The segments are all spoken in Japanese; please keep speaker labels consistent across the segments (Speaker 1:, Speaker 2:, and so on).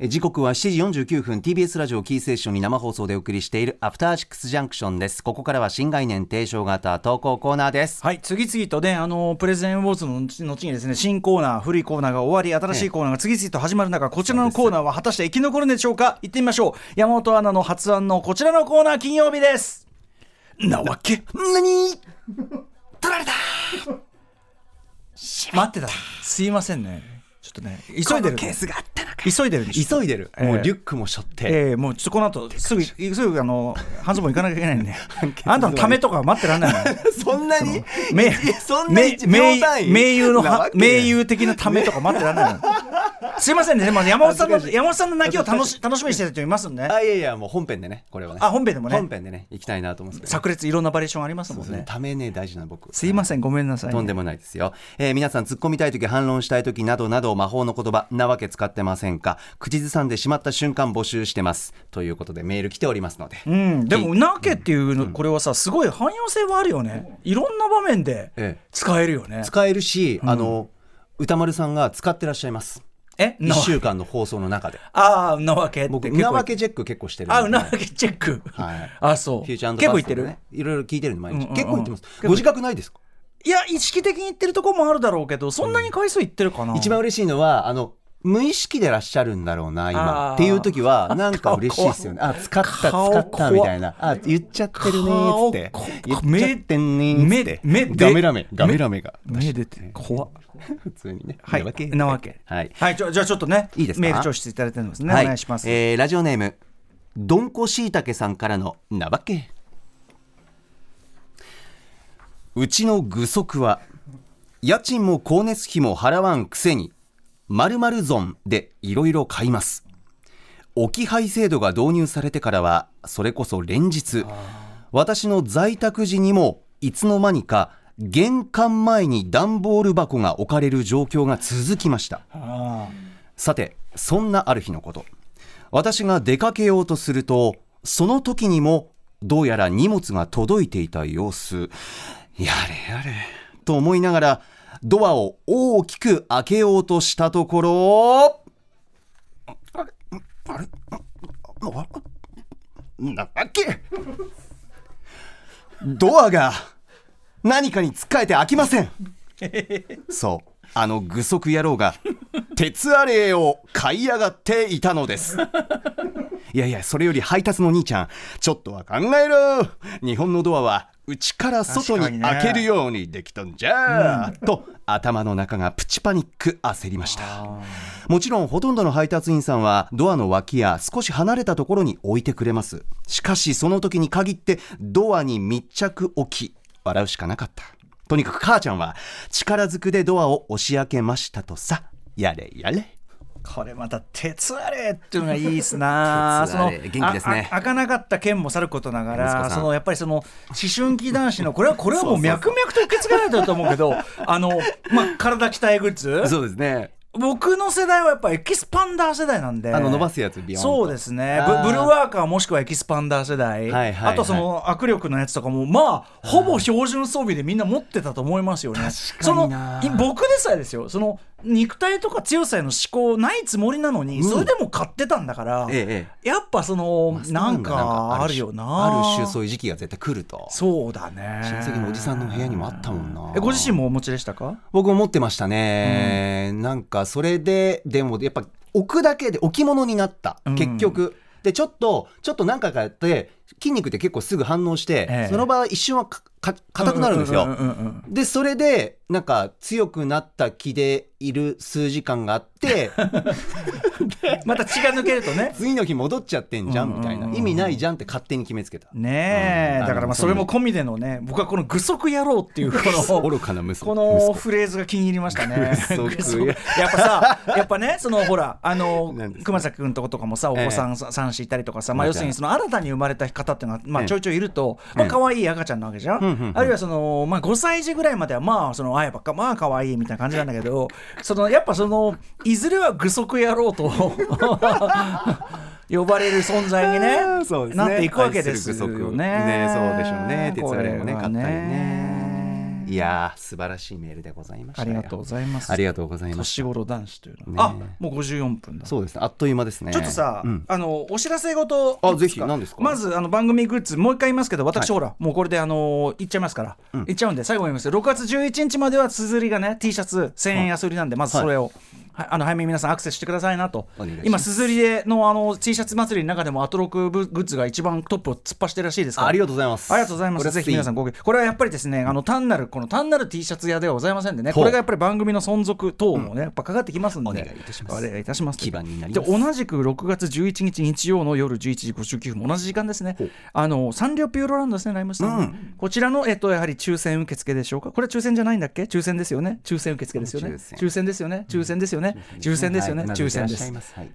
Speaker 1: え時刻は7時49分 TBS ラジオキーセーションに生放送でお送りしているアフターシックスジャンクションですここからは新概念提唱型投稿コーナーです
Speaker 2: はい、次々とね、あのプレゼンウォーズの後にですね、新コーナー、古いコーナーが終わり、新しいコーナーが次々と始まる中、こちらのコーナーは果たして生き残るんでしょうか行ってみましょう。山本アナの発案のこちらのコーナー、金曜日です。なわけ
Speaker 1: なに取られた
Speaker 2: 待ってた。すいませんね。ちょっとね、急いでる。
Speaker 1: ケースがあったのか
Speaker 2: 急いでるんです
Speaker 1: 急いでる、
Speaker 2: ええ
Speaker 1: もうリュックも背負って、
Speaker 2: ええもうちょっとこの後すぐすぐあの半ズボン行かなきゃいけないんで
Speaker 1: 決
Speaker 2: あんたのためとか待ってらんないのよ
Speaker 1: そんなに
Speaker 2: 名
Speaker 1: そんな
Speaker 2: 名
Speaker 1: に秒単位
Speaker 2: 名優の
Speaker 1: なわけ
Speaker 2: 名優的なためとか待ってら んないのよすいませんねでも山本さんの
Speaker 1: 恥ずかしい
Speaker 2: 山本さんの泣きを 楽し楽しみにしてる人いますんで、ね、
Speaker 1: あいやいやもう本編でねこれはね
Speaker 2: あ本編でもね
Speaker 1: 本編でね行きたいなと思うんですけど
Speaker 2: 炸裂いろんなバリエーションありますもん
Speaker 1: そうですね
Speaker 2: ね
Speaker 1: ためね大事なの僕
Speaker 2: すいませんごめんなさい
Speaker 1: とん
Speaker 2: ね
Speaker 1: でもないですよ、えー皆さん突っ込みたい時反論したい時などなど魔法の言葉なわけ使ってませんか口ずさんでしまった瞬間募集してますということでメール来ておりますので、
Speaker 2: うん、でも「なけ」っていうのこれはさすごい汎用性はあるよねいろんな場面で
Speaker 1: え
Speaker 2: 使えるよね
Speaker 1: え使えるし、あの歌丸さんが使ってらっしゃいます
Speaker 2: え
Speaker 1: 1
Speaker 2: な
Speaker 1: 週間の放送の 中で
Speaker 2: ああなわけって
Speaker 1: 僕
Speaker 2: 結構
Speaker 1: なわけチェック結構してるんで
Speaker 2: あうなわけチェック
Speaker 1: はい
Speaker 2: あそう
Speaker 1: フューチャー
Speaker 2: 結
Speaker 1: バ
Speaker 2: 構
Speaker 1: ス
Speaker 2: 言っ
Speaker 1: ト
Speaker 2: て
Speaker 1: とか
Speaker 2: る、
Speaker 1: ねいろいろ聞いてるんで毎日、
Speaker 2: うんうんうん
Speaker 1: 結構言ってますご自覚ないですか
Speaker 2: いや意識的に言ってるとこもあるだろうけどそんなに回数言ってるかな、
Speaker 1: 一番嬉しいのはあの無意識でらっしゃるんだろうな今
Speaker 2: あー
Speaker 1: っていう時はなんか嬉しいですよねあ使った
Speaker 2: 顔
Speaker 1: 使ったみたいなあ言っちゃってるねーっつって
Speaker 2: 顔
Speaker 1: 言っちゃってんねーっつって
Speaker 2: 目目で
Speaker 1: ガメラメガメラメが
Speaker 2: 目出て怖っ
Speaker 1: 普通にね
Speaker 2: はい
Speaker 1: なわけ
Speaker 2: なわけ
Speaker 1: はい
Speaker 2: はいじゃあじゃあちょっとね
Speaker 1: いいですか
Speaker 2: メール調子いただいてるんですね、
Speaker 1: は
Speaker 2: お願いします、
Speaker 1: えーラジオネームどんこしいたけさんからのなわけうちの具足は家賃も光熱費も払わんくせにまるまる損でいろいろ買います置き配制度が導入されてからはそれこそ連日私の在宅時にもいつの間にか玄関前に段ボール箱が置かれる状況が続きました
Speaker 2: あ
Speaker 1: さてそんなある日のこと私が出かけようとするとその時にもどうやら荷物が届いていた様子やれやれと思いながらドアを大きく開けようとしたところあれあれなわけドアが何かにつっかえて開きませんそうあの具足野郎が鉄アレイを買い上がっていたのですいやいやそれより配達の兄ちゃんちょっとは考えろ日本のドアは内から外に開けるようにできたんじゃ、と頭の中がプチパニック焦りましたもちろんほとんどの配達員さんはドアの脇や少し離れたところに置いてくれますしかしその時に限ってドアに密着置き笑うしかなかったとにかく母ちゃんは力ずくでドアを押し開けましたとさやれやれ
Speaker 2: これまた鉄アレっていうのがいいっすな
Speaker 1: 鉄アレ元気ですね
Speaker 2: ああ開かなかった件もさることなが
Speaker 1: 息子
Speaker 2: ら
Speaker 1: さん
Speaker 2: そのやっぱりその思春期男子のこれはこれはもう脈々と受け継がれてると思う けどあの、まあ、体鍛えグッズ
Speaker 1: そうですね
Speaker 2: 僕の世代はやっぱエキスパンダー世代なんで
Speaker 1: あの伸ばすやつビヨーンと
Speaker 2: そうですね
Speaker 1: あー
Speaker 2: ブブルワーカーもしくはエキスパンダー世代、
Speaker 1: はいはいはい
Speaker 2: あとその握力のやつとかもまあほぼ標準装備でみんな持ってたと思いますよね
Speaker 1: 確かにな
Speaker 2: そのい僕でさえですよその肉体とか強さへの思考ないつもりなのに、
Speaker 1: うん
Speaker 2: それでも買ってたんだから、
Speaker 1: えええ
Speaker 2: やっぱその
Speaker 1: まあそう
Speaker 2: なん
Speaker 1: だ
Speaker 2: かあるよ
Speaker 1: あ
Speaker 2: な
Speaker 1: る種ある種そういう時期が絶対来ると
Speaker 2: そうだね
Speaker 1: 親戚のおじさんの部屋にもあったもんな
Speaker 2: えご自身もお持ちでしたか
Speaker 1: 僕も持ってましたね、なんかそれででもやっぱ置くだけで置物になった、
Speaker 2: うん
Speaker 1: 結局でちょっとちょっと何回かやって筋肉って結構すぐ反応して、
Speaker 2: ええ
Speaker 1: その場合一瞬はかか硬くなるんですよ、
Speaker 2: ううううん
Speaker 1: でそれでなんか強くなった気でいる数時間があって
Speaker 2: また血が抜けるとね
Speaker 1: 次の日戻っちゃってんじゃんみたいな、
Speaker 2: うんうんうんうん
Speaker 1: 意味ないじゃんって勝手に決めつけた、
Speaker 2: ねえ、
Speaker 1: うん
Speaker 2: だからまあそれも込みでのね僕はこの「具足野郎」っていうこの
Speaker 1: 愚かな息子
Speaker 2: この
Speaker 1: 息子
Speaker 2: フレーズが気に入りましたね。
Speaker 1: 具足野郎
Speaker 2: やっぱさやっぱねそのほらあの
Speaker 1: 何ですか
Speaker 2: 熊崎君とことかもさお子さんさ三子いたりとかさ、まあ、
Speaker 1: 赤
Speaker 2: 要
Speaker 1: ち
Speaker 2: す
Speaker 1: ゃん
Speaker 2: るにその新たに生まれた方っていうのは、まあ、
Speaker 1: ええ
Speaker 2: ちょいちょいいると、まあ
Speaker 1: ええ
Speaker 2: 可愛い赤ちゃんなわけじゃん、
Speaker 1: うんうんうん
Speaker 2: あるいはその、まあ、5歳児ぐらいまではまあそのあやばっかまあ可愛いみたいな感じなんだけどそのやっぱそのいずれは具足野郎と 呼ばれる存在にね
Speaker 1: あーそうですね
Speaker 2: なっていくわけですよね。
Speaker 1: 愛する具足をねそうでしょうね鉄アレイもね
Speaker 2: これ
Speaker 1: 買
Speaker 2: は
Speaker 1: ったりねいやー素晴らしいメールでございました
Speaker 2: ありがとうございます
Speaker 1: ありがとうございます
Speaker 2: 年頃男子というの
Speaker 1: ね
Speaker 2: は、あもう54分だ
Speaker 1: そうですねあっという間ですね
Speaker 2: ちょっとさ、
Speaker 1: うん
Speaker 2: あのお知らせごと
Speaker 1: あ
Speaker 2: いくつ
Speaker 1: ぜひ何ですか
Speaker 2: まずあの番組グッズもう一回言いますけど私、ほらもうこれであの言っちゃいますから、
Speaker 1: ん
Speaker 2: 言っちゃうんで最後に言いますよ6月11日まではつづりがね T シャツ1000円安売りなんでまずそれを、はいあの早めに皆さんアクセスしてくださいなと
Speaker 1: お願いします
Speaker 2: 今すずりでのあの T シャツ祭りの中でもアトロクブグッズが一番トップを突っ走ってるらしいですか
Speaker 1: あ
Speaker 2: ら
Speaker 1: ありがとうございます
Speaker 2: ありがとうございま
Speaker 1: これ
Speaker 2: す。ぜひ皆さんご協力これはやっぱりですね、あの単なるこの単なる T シャツ屋ではございませんでね、
Speaker 1: ほう
Speaker 2: これがやっぱり番組の存続等もね、やっぱかかってきますんで、
Speaker 1: お願いいたします
Speaker 2: お願いいたします
Speaker 1: 基盤になります
Speaker 2: で同じく6月11日日曜の夜11時59分も同じ時間ですね
Speaker 1: ほう。
Speaker 2: あのサンリオピューロランドですね、ライムスターの、
Speaker 1: うん
Speaker 2: こちらのえっとやはり抽選受付でしょうか。これは抽選じゃないんだっけ？抽選ですよね。抽選受付ですよね。
Speaker 1: 抽選
Speaker 2: 抽選ですよね。抽選ですよ
Speaker 1: はい
Speaker 2: ね。抽選ですよね。抽選で
Speaker 1: いらっしゃい
Speaker 2: す。
Speaker 1: ますはい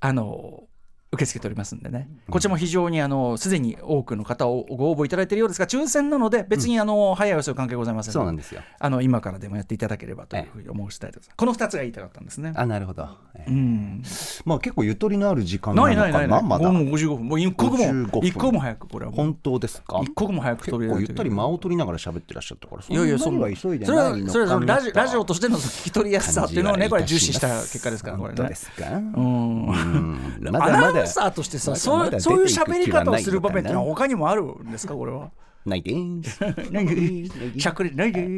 Speaker 2: あの受け付けておりますんでね、こちらも非常にあのすでに多くの方をご応募いただいているようですが、抽選なので、別にあの、早い遅い関係ございません
Speaker 1: そうなん
Speaker 2: で
Speaker 1: ですよ
Speaker 2: あの今からでもやっていただければというふうに思う次第でございます。この2つが言いたかったんですね。
Speaker 1: あなるほど、え
Speaker 2: う
Speaker 1: ー
Speaker 2: ん、
Speaker 1: まあ結構ゆとりのある時間なの
Speaker 2: な
Speaker 1: か
Speaker 2: い
Speaker 1: な
Speaker 2: ないないない、
Speaker 1: まだ
Speaker 2: もう55分、もう一刻
Speaker 1: 55
Speaker 2: も
Speaker 1: 分
Speaker 2: 一刻も早く、これはもう
Speaker 1: 本当ですか
Speaker 2: 一刻も早く
Speaker 1: 結
Speaker 2: 飛
Speaker 1: 構
Speaker 2: び出る
Speaker 1: ゆったり間を取りながら喋ってらっしゃったから
Speaker 2: いやいや、そん
Speaker 1: ん
Speaker 2: な
Speaker 1: なには急いで
Speaker 2: それ
Speaker 1: ない
Speaker 2: は
Speaker 1: の
Speaker 2: それはそ
Speaker 1: か
Speaker 2: の
Speaker 1: な
Speaker 2: ラジラジオとしての聞き取りやすさっていうのをね、これ、重視した結果ですから、これ
Speaker 1: 本当
Speaker 2: ね
Speaker 1: で。すか、
Speaker 2: うん
Speaker 1: うんま
Speaker 2: ア
Speaker 1: だ
Speaker 2: ナ
Speaker 1: ま
Speaker 2: ウ
Speaker 1: だ
Speaker 2: ンサーとしてさ、
Speaker 1: まだ
Speaker 2: そ
Speaker 1: まだ
Speaker 2: うそういう
Speaker 1: 出てく
Speaker 2: 喋り
Speaker 1: 気は
Speaker 2: 方をする場面っていうのは
Speaker 1: ないのか
Speaker 2: 他にもあるんですか、こ れは。
Speaker 1: なないです
Speaker 2: ないです。 しゃくれないです。
Speaker 1: はい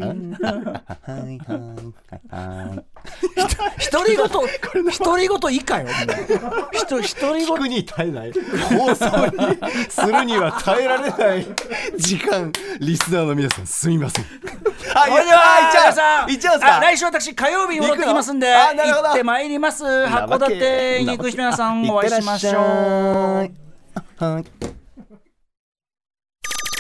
Speaker 1: はいはい
Speaker 2: 独 り言、独り言以下よ。もうひと独り
Speaker 1: 聞
Speaker 2: 言。
Speaker 1: くに耐えない放送にするには耐えられない時間リスナーの皆さんすみませんあ
Speaker 2: それでは、
Speaker 1: 行っちゃ
Speaker 2: さ、
Speaker 1: うん行っちゃうんす
Speaker 2: あ
Speaker 1: か
Speaker 2: 来週私火曜日に戻ってきますんで、
Speaker 1: 行くのあなるほど
Speaker 2: 行ってまいります。函館に行く皆さんお会いしましょう。
Speaker 1: はい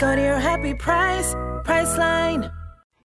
Speaker 3: Go to your happy price, price line.